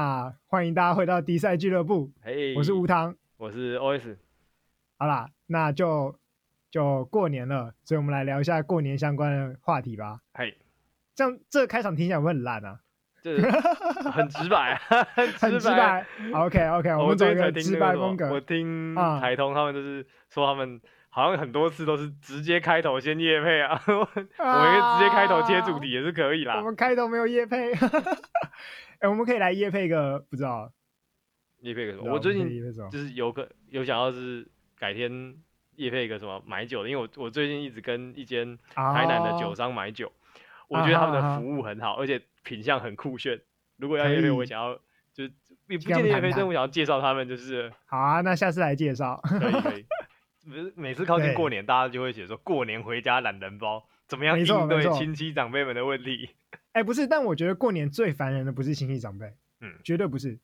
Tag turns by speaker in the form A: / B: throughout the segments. A: 啊，欢迎大家回到迪赛俱乐部，
B: 嘿，
A: 我是吴糖。
B: 我是 OS，
A: 好啦，那就就过年了，所以我们来聊一下过年相关的话题吧。
B: 嘿，
A: 这样这个开场听起来会不会很烂啊，
B: 这很直白，啊
A: 很
B: 很
A: 直白。OK OK，我
B: 我
A: 们走
B: 最
A: 一
B: 近才
A: 个
B: 听
A: 直
B: 那个
A: 白
B: 什么
A: 风格。
B: 我听
A: 啊
B: 台通他们就是说他们好像很多次都是直接开头先夜配啊， 我我一个直接开头接主题也是可以
A: 啊我
B: 啦。
A: 们开头没有夜配， 哎、我们可以来夜配一个，不知道。
B: 夜配个什
A: 不知
B: 么？
A: 道
B: 我最
A: 们可以
B: 近
A: 夜配什么？
B: 就是有个有想要是改天夜配一个什么买酒的，因为我我最近一直跟一间台南的酒
A: 哦
B: 商买酒，我
A: 啊
B: 觉得他
A: 哈
B: 们
A: 啊哈
B: 的服务很好，而且品相很酷炫。如果要
A: 可
B: 夜配，我
A: 以
B: 想要就是也不
A: 跟他
B: 见得
A: 们
B: 夜
A: 谈
B: 配，但
A: 谈
B: 我想要介绍他们，就是
A: 好啊，那下次来介绍。
B: 可以可以。不是每次靠近
A: 对
B: 过年，大家就会写说过年回家懒人包，怎么样
A: 没错
B: 应
A: 没
B: 对
A: 错
B: 亲戚长辈们的问题？
A: 哎、不是，但我觉得过年最烦人的不是亲戚长辈，
B: 嗯
A: 绝对不是。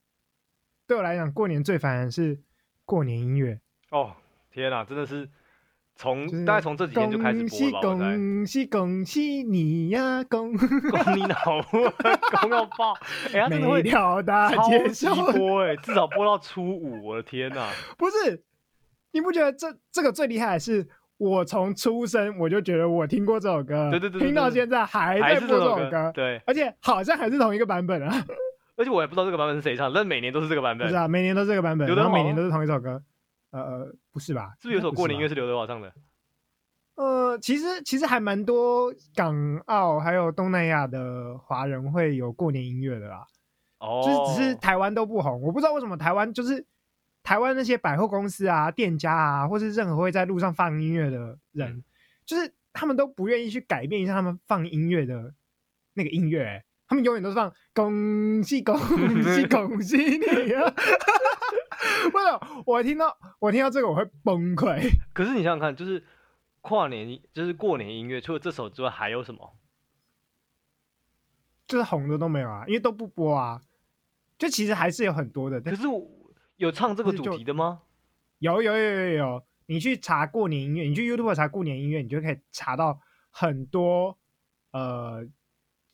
A: 对我来讲，过年最烦人是过年音乐，
B: 哦，天哪，真的是从
A: 就是
B: 大概从这几天就开始
A: 恭喜
B: 播吧，我在
A: 恭喜恭喜你呀，恭
B: 公你脑部公到爆，哎、 他真
A: 每
B: 的会
A: 条大
B: 超
A: 街
B: 级
A: 上，
B: 播哎、至少播到初五，我的天啊哪！
A: 不是？你不觉得这这个最厉害的是？我从出生我就觉得我听过这首歌，
B: 对对对对
A: 听到
B: 对
A: 现在还
B: 还
A: 在
B: 是
A: 播这
B: 这首
A: 首歌，
B: 对，
A: 而且好像还是同一个版本啊，
B: 而且我也不知道这个版本是谁唱，但每年都是这个版
A: 不
B: 本。
A: 是啊，每年都是这个版本，
B: 刘德
A: 然后每
B: 华
A: 年
B: 吗
A: 都是同一首歌，呃呃，不是吧？
B: 是不是有首过年音乐
A: 乐？
B: 是刘德华唱的？
A: 呃，其实其实还蛮多港澳还有东南亚的华人会有过年音乐的啦，
B: 哦，
A: 就是只是台湾都不红，我不知道为什么台湾就是台湾那些百货公司啊、店家啊，或是任何会在路上放音乐的人，
B: 嗯
A: 就是他们都不愿意去改变一下他们放音乐的那个音乐、欸他们永远都是放恭喜恭 喜恭喜你啊！ 不是，我听到我听到这个我会崩溃。
B: 可是你想想看，就是跨年，就是过年音乐，除了这首之外还有什么？
A: 就是红的都没有啊，因为都不播啊。就其实还是有很多的，但
B: 可是我有唱这个主题的吗？
A: 有有有有有，你去查过年音乐，你去 YouTube 查过年音乐，你就可以查到很多呃，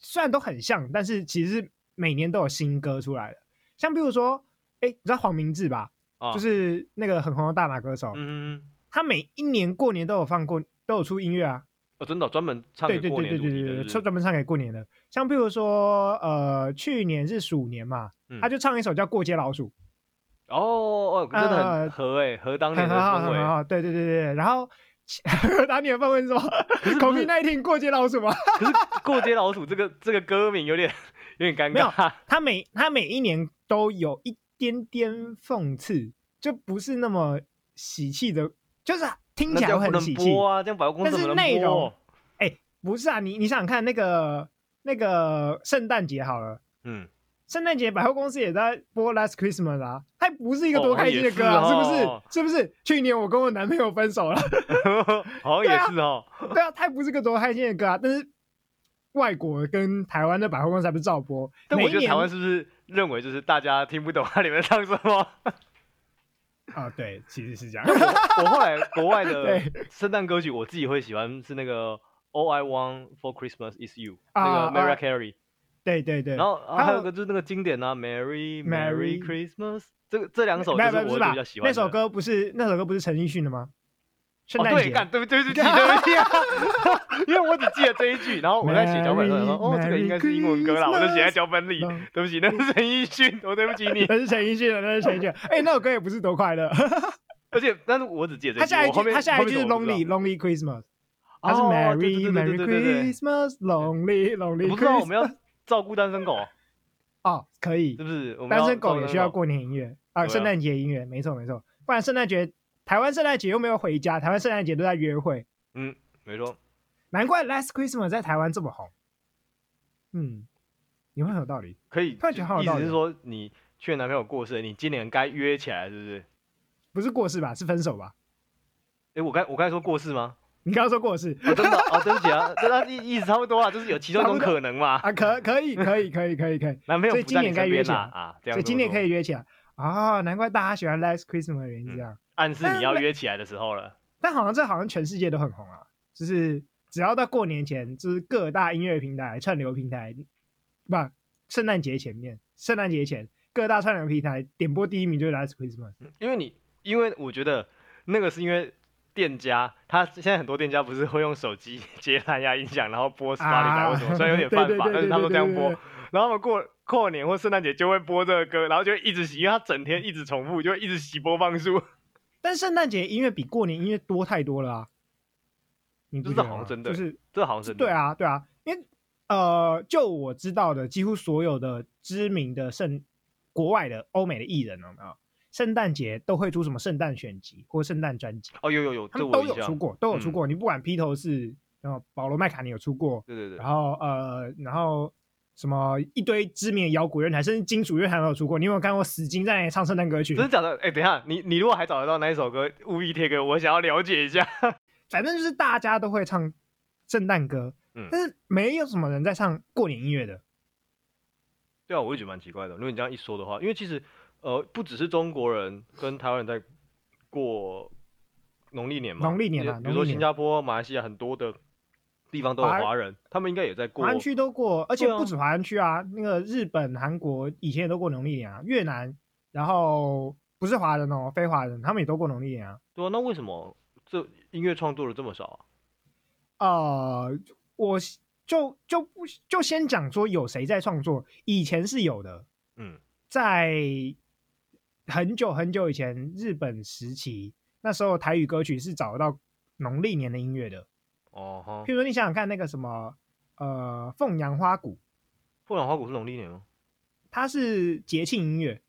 A: 虽然都很像，但是其实每年都有新歌出来的。像比如说，哎，你知道黄明志吧？
B: 啊，
A: 就是那个很红的大马歌手，
B: 嗯，
A: 他每一年过年都有放过，都有出音乐啊。
B: 哦，真的哦专门唱
A: 对
B: 给
A: 对
B: 过
A: 对
B: 年
A: 对
B: 主题
A: 对对，
B: 的是不
A: 专
B: 是，
A: 专门唱给过年的。像比如说，呃，去年是鼠年嘛，
B: 嗯
A: 他就唱一首叫《过街老鼠》。
B: 哦哦，哦真的
A: 呃
B: 很合哎，合当
A: 很
B: 年的
A: 很好，
B: 氛
A: 很
B: 围。
A: 好，对对对对。然后 打你的氛围是什么
B: 可是不
A: ？COVID
B: 是，
A: 那一天过街老鼠吗？
B: 可是过街老鼠这个这个歌名有点有点尴
A: 没有
B: 尬。
A: 他每他每一年都有一点点讽刺，就不是那么喜气的，就是听
B: 那
A: 起
B: 这
A: 来
B: 样
A: 会很
B: 不能
A: 喜气。
B: 播啊，这样百货公司
A: 但
B: 怎
A: 是
B: 么
A: 内
B: 能
A: 容
B: 播？
A: 不是啊，你你想想看那个那个圣诞节好了。
B: 嗯，
A: 圣诞节百货公司也在播《Last Christmas》啊，它不是一个
B: 哦
A: 多开心的歌啊，
B: 也是
A: 是
B: 哦
A: 不是？是不是？去年我跟我男朋友分手了，
B: 好像
A: 对
B: 也
A: 啊
B: 是哦。
A: 对啊，它不是个多开心的歌啊，但是外国跟台湾的百货公司还不是照播。
B: 但我
A: 每一
B: 觉得台
A: 年
B: 湾是不是认为就是大家听不懂它里面唱什么？
A: 啊、对，其实是这样。
B: 我我后来国外的
A: 对
B: 圣诞歌曲，我自己会喜欢是那个 All I Want for Christmas Is You，、
A: 啊
B: 那个 Mariah
A: 啊
B: Carey，、
A: 对对对，
B: 然后然后还
A: 还有
B: 有个就是那个经典啊 Merry
A: Merry
B: Merry Christmas，这个这两首
A: 没
B: 就
A: 有没有
B: 是
A: 不
B: 我
A: 是
B: 会
A: 吧
B: 比较喜？欢
A: 那
B: 的
A: 首歌不是那首歌不是陈奕迅的吗？圣
B: 哦
A: 诞
B: 对，
A: 节。
B: 干对不对不起对不起啊， 因为我只记得这一句，然后我在写脚本的时候，
A: Merry-
B: 哦这个应该是英文歌啦，
A: Merry
B: 我就写在脚本里
A: No，
B: 对不起，那是陈奕迅，我对不起 你，
A: 嗯那是陈奕迅的，那是陈奕迅的。哎、那首歌也不是多快乐。
B: 而且但是我只记得这
A: 他下，一
B: 一句我后
A: 句，
B: 面
A: 他下一句是
B: 后面什么我不知道
A: Lonely Lonely Christmas，他是
B: 哦
A: Merry
B: 对对对
A: Merry
B: 对对对对
A: Christmas Lonely
B: 我
A: Lonely
B: 不知道我
A: Christmas。
B: 们要照顾单身狗，
A: 哦，可以
B: 是，不是？我们
A: 单
B: 要
A: 身
B: 照
A: 狗
B: 顾
A: 也需要过年音乐啊，
B: 对啊
A: 圣诞节音乐，没错没错，不然圣诞节台湾圣诞节又没有回家，台湾圣诞节都在约会，
B: 没错。
A: 难怪 Last Christmas 在台湾这么红。嗯，你会很有道理。
B: 可以，
A: 突然觉得好有
B: 意
A: 道
B: 思
A: 理
B: 是
A: 哦
B: 说你去年男朋友过世，你今年该约起来，是不是？
A: 不是过世吧？是分手吧？
B: 哎，我刚我刚才说过 世吗？
A: 你刚刚说过世
B: 哦，真的哦，对不起啊，对啊，意意思差不多啊，就是有其中一种可能嘛。
A: 啊？可可以可以可以可以可 以，
B: 男朋友
A: 啊所以
B: 不
A: 今
B: 在你
A: 年该
B: 身
A: 约
B: 边
A: 起来
B: 啦啊，这样
A: 所以
B: 子
A: 今年可以约起来啊、哦！难怪大家喜欢 Last Christmas 的原因是
B: 嗯
A: 这样。
B: 暗示你要约起来的时候了。
A: 但好像这好像全世界都很红啊，就是只要到过年前，就是各大音乐平台、串流平台，不，圣诞节前面，圣诞节前各大串流平台点播第一名就是 Last Christmas。
B: 因为你，因为我觉得那个是因为店家，他现在很多店家不是会用手机 接蓝牙音响，然后播 Spotify
A: 啊
B: 或 什么，虽然有点
A: 对
B: 犯
A: 对
B: 法，
A: 对
B: 但是
A: 对
B: 他们
A: 对
B: 这样
A: 对
B: 播
A: 对，
B: 然后他们过过年或圣诞节就会播这个歌，然后就会一直洗，因为他整天一直重复，就会一直洗播放数，
A: 但圣诞节音乐比过年音乐多太多了啊！你不
B: 这
A: 觉得
B: 好像
A: 吗
B: 真的
A: 就是
B: 这好像真的
A: 对，啊，对啊，因为呃，就我知道的，几乎所有的知名的圣国外的欧美的艺人有没有？圣诞节都会出什么圣诞选集或圣诞专辑，
B: 哦有有有，
A: 他
B: 这
A: 们
B: 我
A: 都
B: 印
A: 有
B: 象
A: 出，过，都有出
B: 嗯
A: 过。你不管披头士，然后保罗麦卡尼有出过，
B: 对对对
A: 然，后呃，然后什么一堆知名的摇滚乐团，甚至金属乐团都有出过。你有没有看过死金在那里唱圣诞歌曲？
B: 真的假的？哎、等一下，你你如果还找得到那一首歌，务必贴给我，我想要了解一下。
A: 反正就是大家都会唱圣诞歌，
B: 嗯
A: 但是没有什么人在唱过年音乐的。
B: 对啊，我也觉得蛮奇怪的。如果你这样一说的话，因为其实呃，不只是中国人跟台湾人在过农历年嘛，
A: 农历年啊
B: 比如说
A: 农历年
B: 新加坡、马来西亚很多的地方都有
A: 华人
B: 华人，他们应该也在过
A: 华。安区都过，而且
B: 对啊
A: 不止华安区啊，那个日本、韩国以前也都过农历年啊，越南，然后不是华人哦，非华人他们也都过农历年啊。
B: 对啊，那为什么这音乐创作的这么少啊？
A: 呃，我就就不就先讲说有谁在创作，以前是有的，
B: 嗯，
A: 在很久很久以前日本时期，那时候台语歌曲是找得到农历年的音乐的，
B: 哦哈
A: 譬，如说你想想看那个什么呃凤阳花鼓，
B: 凤阳花鼓是农历年吗？
A: 它是节庆音乐。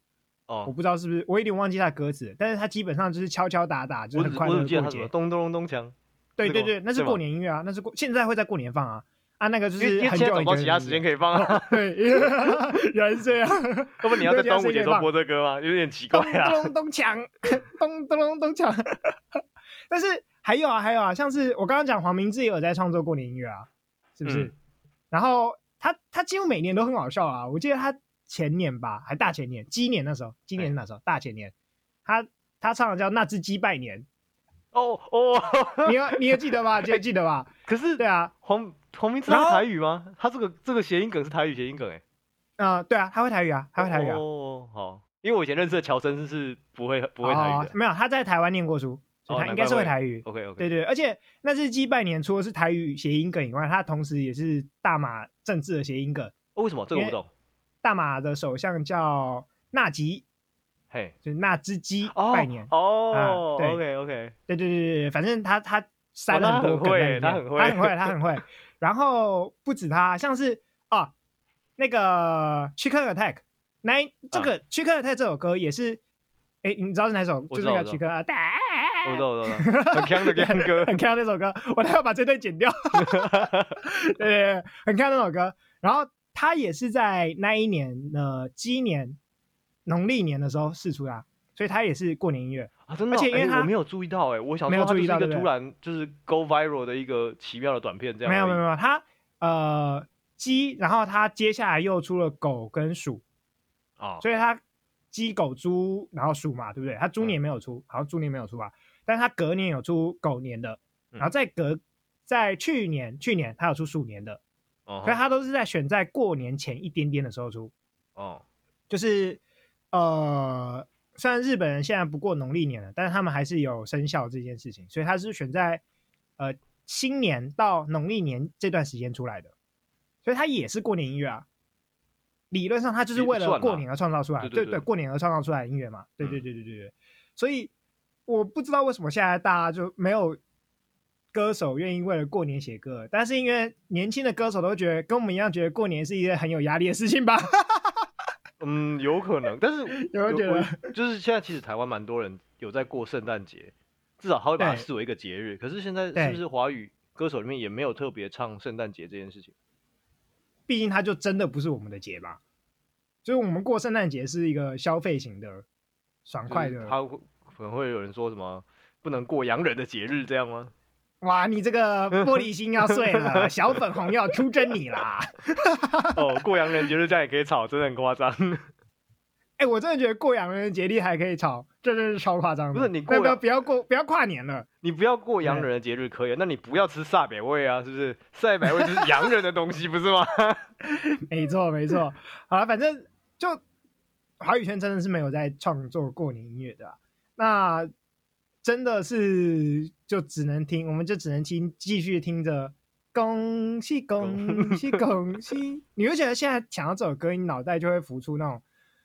A: 我
B: 哦，
A: 不知道是不是，我有点忘记他的歌词，但是他基本上就是敲敲打打，就
B: 我
A: 是很
B: 只
A: 快
B: 我
A: 乐
B: 只记
A: 的
B: 得
A: 过
B: 它什么
A: 节。
B: 咚咚咚锵，
A: 对
B: 这
A: 对
B: 个
A: 对，
B: 吗
A: 那是
B: 对吧
A: 过年音乐啊，那是过现在会在过年放啊啊，那个就
B: 因为
A: 是
B: 因为
A: 很
B: 现在
A: 久
B: 找
A: 以
B: 不到
A: 前
B: 其他
A: 的
B: 时
A: 音
B: 间
A: 乐。
B: 可以放 啊，
A: 对，原来是这 样，
B: 要不然你要在
A: 对
B: 端午节的
A: 其他时间
B: 时候
A: 可以放
B: 播这歌吗？有点奇怪
A: 咚
B: 啊。
A: 咚咚锵， 咚咚咚咚锵。 但是还有啊，还有啊，像是我刚刚讲黄明志也有在创作过年音乐啊，是不是？
B: 嗯
A: 然后他他几乎每年都很好笑啊，我记得他前年吧，还大前年，鸡年那时候，鸡年是哪时候？大前年，他他唱的叫《那只鸡拜年》。
B: 哦哦，
A: 你要你也记得吧？记得记得吧？
B: 可是
A: 对啊，
B: 黄黄明志
A: 然
B: 他
A: 后
B: 台语吗？他这个这个谐音梗是台语谐音梗哎、
A: 啊、对啊，他会台语啊，他会台语啊。
B: 哦，好，因为我以前认识的乔生是是不会不会台
A: 哦
B: 语的。
A: 没有，他在台湾念过书，所以
B: 哦
A: 他应该是会台语。
B: OK OK，
A: 对对，而且那只鸡拜年除了是台语谐音梗以外，它同时也是大马政治的谐音梗。
B: 哦，为什么这个
A: 因为
B: 我不懂？
A: 大马的首相叫纳吉，
B: 嘿，
A: 就是那只鸡
B: 哦
A: 拜年。
B: 哦
A: 啊对
B: ，OK OK，
A: 对对对对对，反正他他塞了
B: 哦
A: 很
B: 那
A: 多
B: 很
A: 梗
B: 会
A: 在里面
B: 他很会
A: 他很会，他很会。然后不止他，像是啊，那个《Chicken Attack》，那一这
B: 嗯
A: 个《Chicken Attack》这首歌也是，哎，你知道是哪首？
B: 我
A: 就
B: 知
A: 是
B: 道
A: 那个
B: 我
A: 《
B: 知
A: Chicken Attack》，
B: 我知道我知道，很强的强 哥，
A: 很看到那首歌，我待会把这段剪掉。对对对，很看到那首歌。然后他也是在那一年的鸡年农历年的时候试出的啊，所以他也是过年音乐。
B: 啊，真的哦，
A: 而且因为
B: 哎
A: 他
B: 我没有注意到哎，我想
A: 没
B: 说
A: 有
B: 他
A: 注
B: 就是
A: 意
B: 一
A: 到对
B: 个
A: 不对
B: 突然就是 go viral 的一个奇妙的短片这样而
A: 没
B: 已，
A: 有没有没有，他呃鸡，然后他接下来又出了狗跟鼠，
B: 啊，
A: 所以他鸡狗猪，然后鼠嘛，对不对？他猪年没有出，好像猪年没有出吧，啊但是他隔年有出狗年的，
B: 嗯
A: 然后再隔在去年去年他有出鼠年的，
B: 哦
A: 可是他都是在选在过年前一点点的时候出，
B: 哦，
A: 就是呃。虽然日本人现在不过农历年了，但是他们还是有生肖这件事情，所以他是选在呃新年到农历年这段时间出来的，所以它也是过年音乐啊。理论上，它就是
B: 也
A: 为
B: 算
A: 了
B: 啊
A: 过年而创造出来，
B: 对对
A: 对
B: 对
A: 过年而创造出来的音乐嘛，对
B: 嗯
A: 对对对对对。所以我不知道为什么现在大家就没有歌手愿意为了过年写歌，但是因为年轻的歌手都觉得跟我们一样，觉得过年是一件很有压力的事情吧。
B: 嗯，有可能，但是
A: 有点
B: 我就是现在其实台湾蛮多人有在过圣诞节，至少他会把它
A: 对
B: 视为一个节日。可是现在是
A: 对
B: 不是华语歌手里面也没有特别唱圣诞节这件事情？
A: 毕竟它就真的不是我们的节吧。就是我们过圣诞节是一个消费型的、爽快
B: 就是
A: 的。
B: 他会可能会有人说什么不能过洋人的节日这样吗？
A: 哇，你这个玻璃心要碎了，小粉红要出征你啦！
B: 哦，过洋人节日这样也可以吵，真的很夸张。
A: 哎、我真的觉得过洋人节厉害可以吵，这真是超夸张的。
B: 不是你过
A: 那不要
B: 洋
A: 不要过不要跨年了，
B: 你不要过洋人的节日可以，啊那你不要吃萨百味啊，是不是？萨百味就是洋人的东西，不是吗？
A: 没错没错。好了，反正就华语圈真的是没有在创作过年音乐的啊、那真的是就只能听，我们就只能听，继续听着。恭喜恭喜恭喜！你会觉得现在想到这首歌，你脑袋就会浮出那种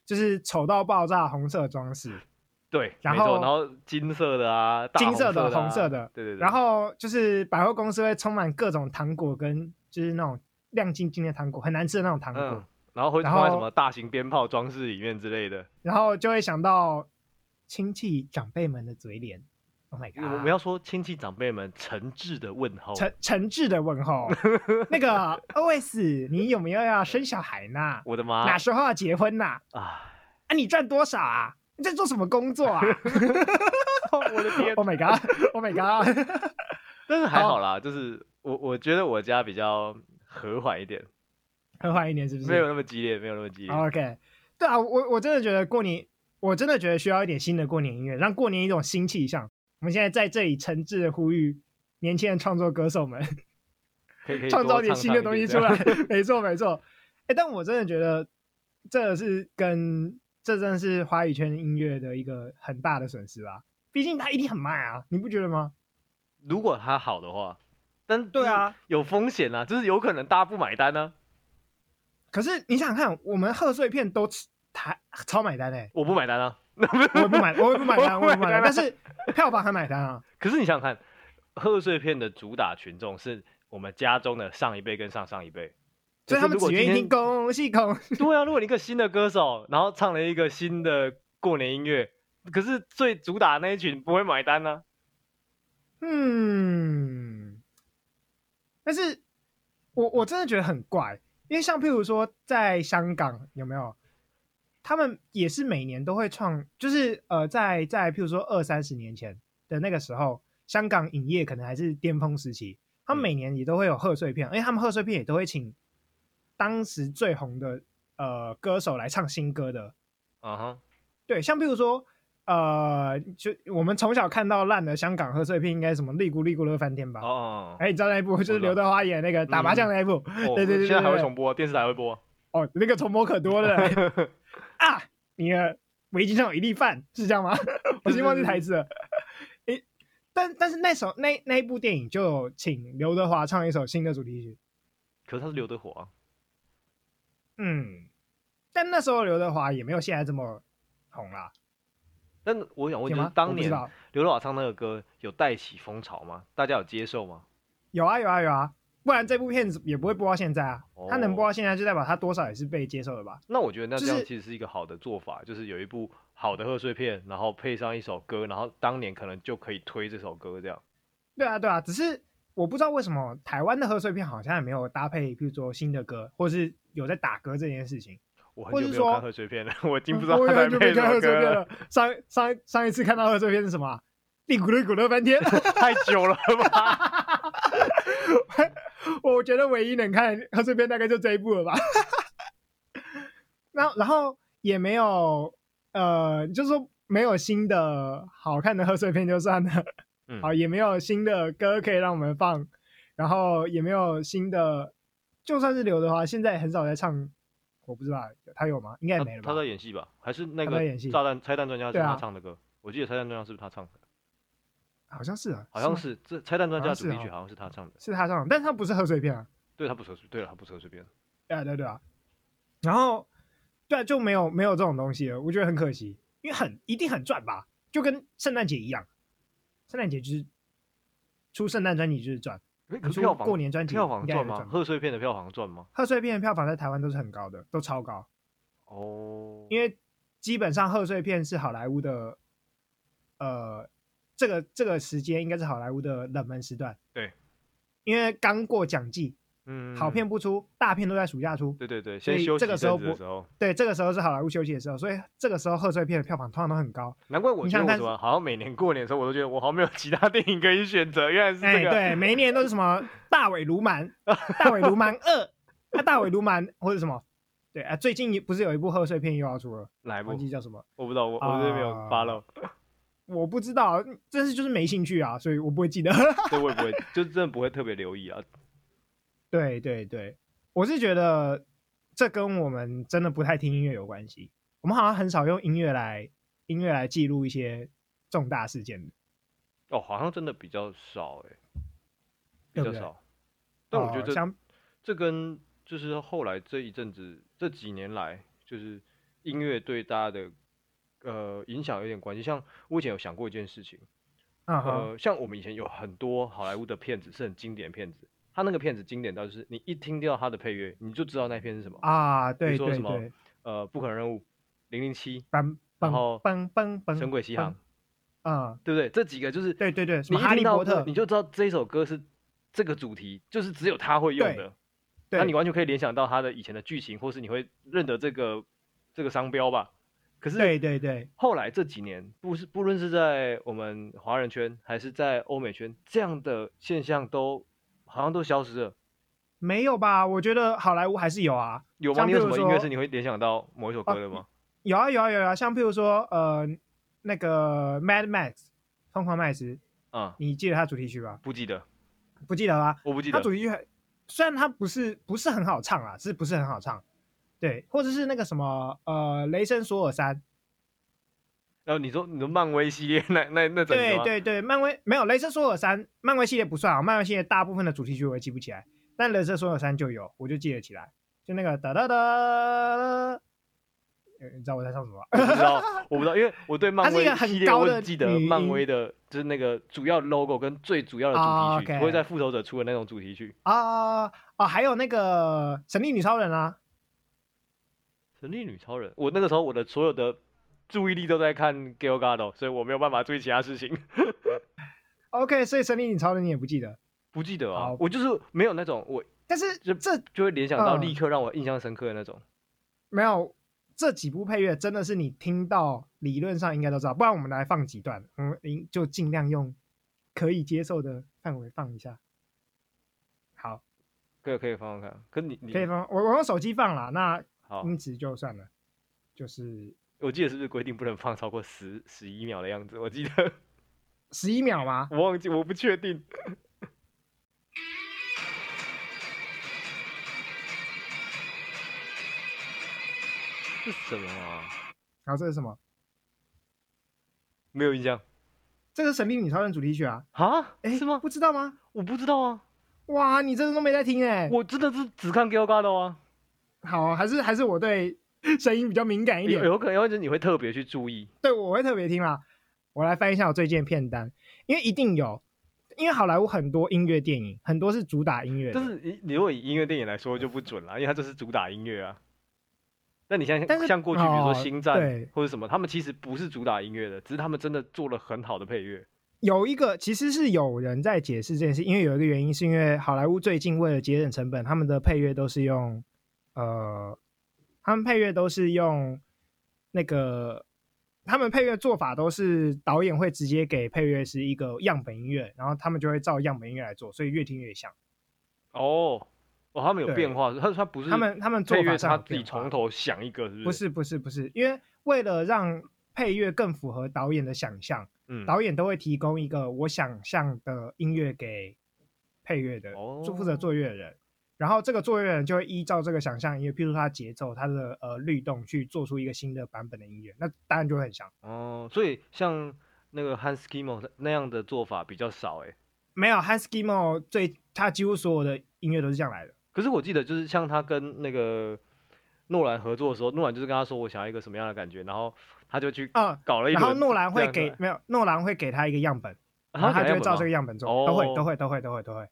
A: 就是丑到爆炸的红色装饰，
B: 对，
A: 然
B: 没错
A: 后
B: 然后金色的啊，大
A: 金色
B: 的
A: 的、
B: 啊、
A: 红色的，
B: 对对对，
A: 然后就是百货公司会充满各种糖果跟就是那种亮晶晶的糖果，很难吃的那种糖果，
B: 嗯，然后会
A: 然
B: 放在什
A: 后
B: 么大型鞭炮装饰里面之类的。
A: 然后就会想到亲戚长辈们的嘴脸。Oh my
B: 我们
A: god！
B: 要说亲戚长辈们诚挚的问候，
A: 诚诚挚的问候，那 个 OS，你有没有要生小孩呢？
B: 我的妈
A: 哪时候要结婚呐、
B: 啊！
A: 啊，你赚多少啊？你在做什么工作啊
B: 我的天，
A: ？Oh my god！Oh my god！
B: 但是还好啦，就是我我觉得我家比较和缓一点，
A: 很缓一点是不是？哦
B: 没有那么激烈，没有那么激烈。
A: OK，对啊，我我真的觉得过年，我真的觉得需要一点新的过年音乐，让过年一种新气象。我们现在在这里诚挚的呼吁年轻人创作歌手们，
B: 可以可以
A: 创
B: 多
A: 造点
B: 唱
A: 新
B: 唱
A: 的
B: 一
A: 东西
B: 点
A: 出
B: 这
A: 来
B: 样。
A: 没错，没错。哎，但我真的觉得这是跟这真的是华语圈音乐的一个很大的损失吧。毕竟它一定很慢啊，你不觉得吗？
B: 如果它好的话，但
A: 对啊，
B: 有风险啊，就是有可能大家不买单啊呢、
A: 可是你想想看，我们贺岁片都吃台超买单哎、
B: 我不买单啊。
A: 我也不买，我也不买单，我
B: 我
A: 也
B: 也
A: 不
B: 不
A: 买
B: 买
A: 单，
B: 单
A: 但是票房还买单啊。
B: 可是你想想看，贺岁片的主打群众是我们家中的上一辈跟上上一辈，
A: 所以他们只
B: 可是如果
A: 愿意
B: 今
A: 听
B: 天
A: 恭喜恭喜。
B: 对啊，如果你一个新的歌手，然后唱了一个新的过年音乐，可是最主打那一群不会买单啊呢、
A: 嗯，但是我我真的觉得很怪，因为像譬如说在香港有没有，他们也是每年都会创，就是呃，在在譬如说二三十年前的那个时候，香港影业可能还是巅峰时期，他们
B: 嗯
A: 每年也都会有贺岁片，而且他们贺岁片也都会请当时最红的呃歌手来唱新歌的，
B: 啊。哈，
A: 对，像比如说，呃，就我们从小看到烂的香港贺岁片，应该什么《利咕利咕乐翻天》吧？
B: 哦哦哦，
A: 哎、你知道那一部就是
B: 知道嗯
A: 刘德华演那个打麻将那一部？
B: 哦
A: 哎对对对
B: 现在还会
A: 对
B: 重播，电视台会 播。啊
A: 哦，那个重播可多了 啊！你的围巾上有一粒饭，是这样吗？ 我已经忘记台词了。诶，但但是那首那那一部电影就有请刘德华唱一首新的主题曲，
B: 可是他是刘德华啊，
A: 嗯，但那时候刘德华也没有现在这么红啦，
B: 但我想问，
A: 有
B: 就是
A: 吗？啊我
B: 当
A: 不知
B: 年
A: 道
B: 刘德华唱那个歌有带起风潮吗？大家有接受吗？
A: 有啊有啊有啊，不然这部片子也不会播到现在啊。
B: 哦
A: 它能播到现在，就代表它多少也是被接受的吧？
B: 那我觉得那
A: 就
B: 这样
A: 是
B: 其实是一个好的做法，就是有一部好的贺岁片，然后配上一首歌，然后当年可能就可以推这首歌这样。
A: 对啊对啊，只是我不知道为什么台湾的贺岁片好像也没有搭配，譬如说新的歌，或是有在打歌这件事情。
B: 我
A: 或
B: 很久
A: 是
B: 没有
A: 说
B: 看贺岁片了，我已经不知道
A: 我
B: 他
A: 也
B: 在
A: 很久没
B: 配什
A: 看贺
B: 么
A: 岁
B: 歌
A: 片，了。上上上一次看到贺岁片是什么啊、利咕噜咕噜半天。
B: 太久了吧？
A: 我觉得唯一能看贺岁片大概就这一部了吧。 那然后也没有呃，就是说没有新的好看的贺岁片就算了，
B: 嗯
A: 好也没有新的歌可以让我们放，然后也没有新的，就算是刘德华现在也很少在唱，我不知道他有吗？应该也
B: 他
A: 没了吧
B: 啊他。在演戏吧？还是那
A: 他在
B: 个
A: 演戏
B: 炸弹拆弹专家是
A: 对啊
B: 他唱的歌？我记得拆弹专家是不是他唱的？
A: 好像是啊，
B: 好像
A: 吗
B: 是这拆弹专
A: 好
B: 家
A: 像
B: 主
A: 是
B: 题曲
A: 哦
B: 好像是他唱的。
A: 是他唱的，但是他不是贺岁片啊。
B: 对他不是，对了，他不是随便。
A: 对啊，对啊对啊。然后，对啊，就没有没有这种东西了，我觉得很可惜，因为很一定很赚吧，就跟圣诞节一样，圣诞节就是出圣诞专辑就是赚，
B: 诶可
A: 你
B: 是
A: 说
B: 票房
A: 过年专辑
B: 票房
A: 应该也
B: 赚
A: 会
B: 吗？
A: 赚吧
B: 贺岁片的票房赚吗？
A: 贺岁片的票房在台湾都是很高的，都超高，
B: 哦，
A: 因为基本上贺岁片是好莱坞的，呃，这个这个时间应该是好莱坞的冷门时段。
B: 对，
A: 因为刚过奖季，
B: 嗯
A: 好片不出，大片都在暑假出，
B: 对对对，
A: 所
B: 先
A: 以
B: 休息
A: 这
B: 一
A: 个
B: 阵
A: 时候
B: 子的
A: 不
B: 时候，
A: 对，这个时候是好莱坞休息的时候，所以这个时候贺岁片的票房通常都很高。
B: 难怪我
A: 你
B: 觉
A: 想
B: 得为
A: 看
B: 什么好像每年过年的时候，我都觉得我好像没有其他电影可以选择，原来是
A: 哎、
B: 这个。
A: 对，每一年都是什么 大尾鲈鳗、大尾鲈鳗二、啊、大尾鲈鳗或者什么，对啊，最近不是有一部贺岁片又要出了，
B: 哪一部
A: 忘？记叫什么，
B: 我不知道，我我这边没有
A: 啊
B: follow，
A: 我不知道，但是就是没兴趣啊，所以我不会记得。
B: 所以我也不会，就真的不会特别留意啊。
A: 对对对，我是觉得这跟我们真的不太听音乐有关系，我们好像很少用音乐来音乐来记录一些重大事件的，
B: 哦，好像真的比较少哎、比
A: 对
B: 较
A: 不对？
B: 少。但我觉
A: 哦
B: 得这、
A: 像
B: 这跟就是后来这一阵子这几年来，就是音乐对大家的呃影响有点关系。像我以前有想过一件事情，
A: 嗯哼，
B: 呃，像我们以前有很多好莱坞的片子是很经典的片子，它那个片子经典到就是你一听到它的配乐，你就知道那片是什么。
A: 啊，对
B: 说
A: 对
B: 什么
A: 对，
B: 呃，不可能任务、零零七、
A: 嘣
B: 然后
A: 嘣嘣嘣嘣，
B: 神鬼奇航，
A: 嗯，
B: 对不对？这几个就是
A: 对对对，什
B: 你
A: 么
B: 一
A: 哈利
B: 听到
A: 波
B: 这
A: 特
B: 你，就知道这首歌是这个主题，就是只有他会用
A: 对
B: 的。
A: 对
B: 那你完全可以联想到他的以前的剧情，或是你会认得这个这个商标吧？可是
A: 对对对，
B: 后来这几年，不是不论是在我们华人圈还是在欧美圈，这样的现象都好像都消失了。
A: 没有吧？我觉得好莱坞还是有啊，
B: 有吗？
A: 像
B: 你有
A: 譬
B: 什
A: 如
B: 么音乐
A: 说
B: 是你会联想到某一首
A: 啊
B: 歌的吗？
A: 有啊有啊有啊，像譬如说呃那个 Mad Max 疯狂麦斯，
B: 啊、
A: 你记得它主题曲吧？
B: 不记得，
A: 不记得啦，
B: 我不记
A: 它
B: 得。
A: 主题曲很虽然它不是不是很好唱啊，是不是很好唱？对，或者是那个什么呃雷神索尔三，
B: 然后你说你说漫威系列 那那那整个
A: 对
B: 吗
A: 对对，漫威没有雷神索尔三，漫威系列不算啊，漫威系列大部分的主题曲我也记不起来，但雷神索尔三就有，我就记得起来，就那个哒哒哒哒，呃你知道我在唱什么吧？
B: 我不知道，我不知道，因为我对
A: 它
B: 漫
A: 是一
B: 威
A: 个很
B: 系列，
A: 高
B: 我
A: 的
B: 只记得
A: 女
B: 漫
A: 音
B: 威的，就是那个主要 logo 跟最主要的主
A: 啊
B: 题曲，不会
A: OK
B: 在复仇者出的那种主题曲。
A: 啊啊，还有那个神力女超人啊，
B: 神力女超人，我那个时候我的所有的注意力都在看 Galgado，所以我没有办法注意其他事情，
A: OK，所以神力女超人你也不记得，
B: 不记得啊
A: 好，
B: 我就是没有那种我
A: 但是
B: 就
A: 这
B: 就会联想到
A: 嗯
B: 立刻让我印象深刻的那种。
A: 没有这几部配乐真的是你听到理论上应该都知道，不然我们来放几段，我们应就尽量用可以接受的范围放一下。好，
B: 可以可以放放看，可你你
A: 可以放，我我用手机放啦，那
B: 好，
A: 音质就算了，就是
B: 我记得是不是规定不能放超过十十一秒的样子？我记得
A: 十一秒吗？
B: 我忘记，我不确定。这 是什么啊？
A: 然后这是什么？
B: 没有印象
A: 这是《神力女超人》主题曲啊？
B: 啊？
A: 哎，
B: 是吗
A: 不？知道吗？
B: 我不知道啊，
A: 哇，你真的都没在听哎、
B: 我真的是只看 Galgado 啊。
A: 好，还是还是我对声音比较敏感一点
B: 有，有可能，或者你会特别去注意。
A: 对，我会特别听啦。我来翻一下我最近的片单，因为一定有，因为好莱坞很多音乐电影，很多是主打音乐的
B: 但是你你如果以音乐电影来说就不准了，因为它就是主打音乐啊。那你像
A: 但是
B: 像过去比如说
A: 哦
B: 《星战》
A: 对
B: 或者什么，他们其实不是主打音乐的，只是他们真的做了很好的配乐。
A: 有一个其实是有人在解释这件事，因为有一个原因是因为好莱坞最近为了节省成本，他们的配乐都是用呃，他们配乐都是用那个，他们配乐做法都是导演会直接给配乐师一个样本音乐，然后他们就会照样本音乐来做，所以越听越像。
B: 哦，哦，他们有
A: 对
B: 变化，他他不是
A: 他们他们做
B: 配
A: 法
B: 乐
A: 上
B: 他
A: 有
B: 自己
A: 变化
B: 从头想一个，是
A: 不
B: 是？
A: 是不是不是，因为为了让配乐更符合导演的想象，
B: 嗯，
A: 导演都会提供一个我想象的音乐给配乐的，
B: 哦
A: 就负责作乐的人。然后这个作乐人就会依照这个想象音乐，譬如说它节奏、它的呃律动，去做出一个新的版本的音乐，那当然就会很像。
B: 哦，所以像那个 Hans Zimmer 那样的做法比较少哎。
A: 没有 Hans Zimmer 最他几乎所有的音乐都是这样来的。
B: 可是我记得就是像他跟那个诺兰合作的时候，诺兰就是跟他说我想要一个什么样的感觉，然后他就去
A: 嗯，
B: 搞了一
A: 然
B: 轮，
A: 后诺兰
B: 这
A: 会
B: 样
A: 给
B: 子
A: 没有诺兰会给他一个样本，
B: 啊
A: 然后他
B: 改
A: 就会
B: 样本
A: 照
B: 吗
A: 这个样本做，
B: 哦
A: 都会都会都会都会都会，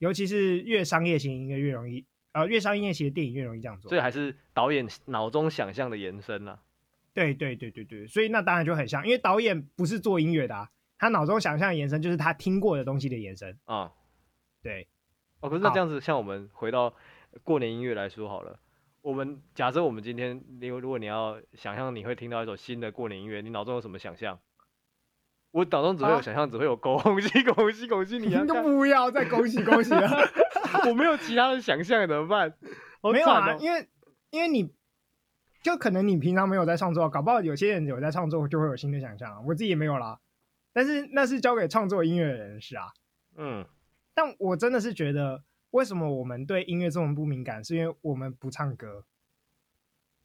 A: 尤其是越商业型音乐越容易，呃，越商业型的电影越容易这样做
B: 所。以还是导演脑中想象的延伸啊啦、
A: 对对对对对，所以那当然就很像，因为导演不是做音乐的、啊，他脑中想象的延伸就是他听过的东西的延伸。
B: 啊。
A: 对，
B: 哦，可是那
A: 好
B: 这样子，像我们回到过年音乐来说好了，我们假设我们今天，你如果你要想象你会听到一首新的过年音乐，你脑中有什么想象？我脑中只会有
A: 啊
B: 想象，只会有恭喜恭喜恭喜你啊！
A: 你就不要再恭喜恭喜 了。
B: 干我没有其他的想象，怎么办？好
A: 没有
B: 惨
A: 啊，
B: 哦
A: 因为因为你就可能你平常没有在创作，搞不好有些人有在创作就会有新的想象啊，我自己也没有啦。但是那是交给创作音乐的人是啊，
B: 嗯，
A: 但我真的是觉得，为什么我们对音乐这么不敏感，是因为我们不唱歌。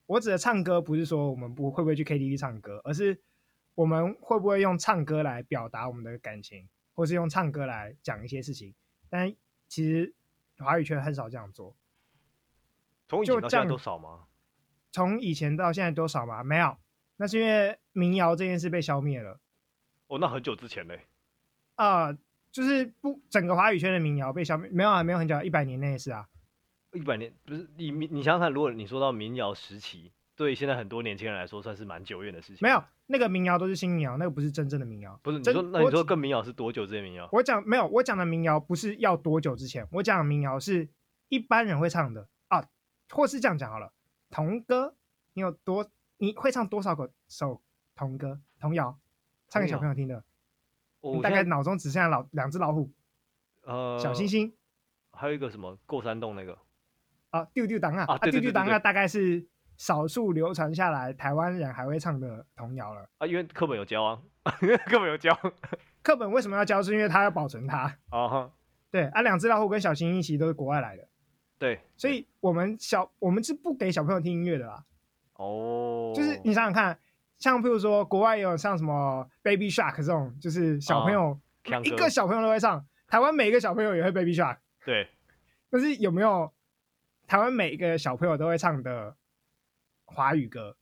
A: 我指的唱歌不是说我们不会不会去 KTV 唱歌，而是我们会不会用唱歌来表达我们的感情，或是用唱歌来讲一些事情。但其实华语圈很少这样做，
B: 从以前
A: 就
B: 到
A: 这
B: 现在
A: 样
B: 都少吗？
A: 从以前到现在多少嘛？没有，那是因为民谣这件事被消灭了。
B: 哦，那很久之前嘞，
A: 啊、就是不整个华语圈的民谣被消灭，没有啊，没有很久，一百年内的事啊。
B: 一百年不是你你你想想看，如果你说到民谣时期，对现在很多年轻人来说算是蛮久远的事情。
A: 没有，那个民谣都是新民谣，那个不是真正的民谣。
B: 不是你
A: 真
B: 说那
A: 我
B: 你说更民谣是多久之前民谣？
A: 我讲没有，我讲的民谣不是要多久之前，我讲的民谣是一般人会唱的啊，或是这样讲好了，童歌，你有多你会唱多少个首童歌童谣，唱给小朋友听的？
B: 我
A: 你
B: 现
A: 大概
B: 在
A: 脑中只剩下老两只老虎、
B: 呃
A: 小星，星
B: 还有一个什么过山洞那个
A: 啊，丢丢当啊
B: 啊
A: 丢
B: 对对
A: 丢
B: 对对
A: 当啊，
B: 对
A: 大概是少数流传下来台湾人还会唱的童谣了。
B: 啊，因为课本有教啊，课本有教
A: 课本为什么要教？是因为它要保存它。
B: 啊哈，
A: 对啊，两只老虎跟小星星其实都是国外来的，
B: 对，
A: 所以我们小我们是不给小朋友听音乐的啦。
B: 哦，
A: 就是你想想看，像譬如说国外也有像什么 Baby Shark 这种，就是小朋友、
B: 强
A: 一
B: 哥
A: 个小朋友都会唱，台湾每一个小朋友也会 Baby Shark，
B: 对
A: 但是有没有台湾每一个小朋友都会唱的华语歌？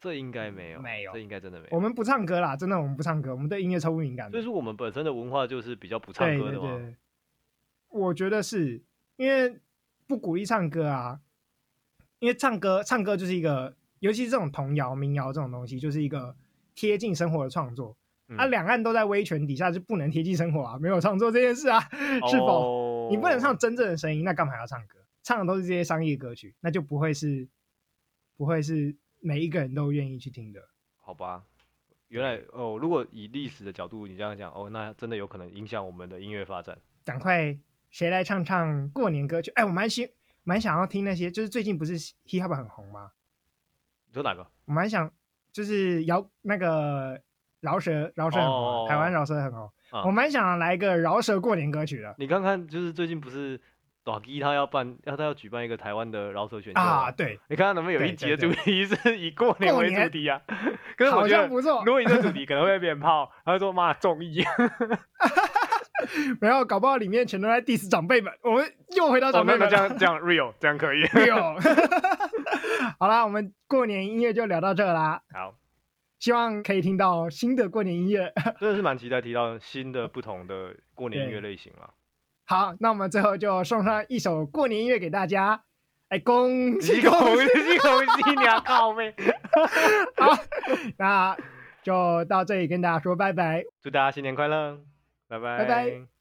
B: 这应该没有，
A: 没有
B: 这应该真的没
A: 我
B: 有。
A: 们不唱歌啦，真的我们不唱歌，我们对音乐超不敏感
B: 所
A: 的
B: 以。说我们本身的文化就是比较不唱
A: 对
B: 歌
A: 对
B: 的嘛，
A: 对，我觉得是因为不鼓励唱歌啊，因为唱歌唱歌就是一个，尤其是这种童谣、民谣这种东西，就是一个贴近生活的创作。
B: 嗯
A: 啊，两岸都在威权底下，就不能贴近生活啊，没有创作这件事啊，是否？
B: 哦
A: 你不能唱真正的声音，那干嘛要唱歌？唱的都是这些商业歌曲，那就不会是不会是每一个人都愿意去听的。
B: 好吧，原来哦，如果以历史的角度你这样讲，哦，那真的有可能影响我们的音乐发展。
A: 赶快谁来唱唱过年歌曲？哎，我蛮喜蛮想要听那些，就是最近不是 hip hop 很红吗？
B: 你说哪个？
A: 我蛮想就是饶那个饶舌饶舌很红啊、
B: 哦
A: 台湾饶舌很红，
B: 啊
A: 我蛮想来一个饶舌过年歌曲的
B: 你看看，就是最近不是短基他要办，要他要举办一个台湾的饶舌选秀
A: 啊！
B: 吗，
A: 对，
B: 你看看能不能有
A: 对
B: 一集的
A: 对
B: 主
A: 对
B: 题是以过年
A: 过
B: 为主
A: 年
B: 题啊？ 可是我
A: 好
B: 觉
A: 像
B: 得，
A: 不错
B: 如。果你这主题可能会变炮，他会说妈 综艺，
A: 然后搞不好里面全都在 diss 长辈们，我们又回到
B: 哦
A: 长辈
B: 那
A: 们
B: 那
A: 了。
B: 这 样这样 real 这样可以。
A: 没有。 好啦，我们过年音乐就聊到这啦，
B: 好，
A: 希望可以听到新的过年音乐。
B: 真的是蛮期待提到新的不同的过年音乐
A: 对
B: 类型了。
A: 好，那我们最后就送上一首过年音乐给大家。哎，恭喜
B: 鸡
A: 恭
B: 公
A: 喜！
B: 鸡公鸡 娘靠妹，
A: 好，那就到这里跟大家说拜拜。
B: 祝大家新年快乐，拜
A: 拜拜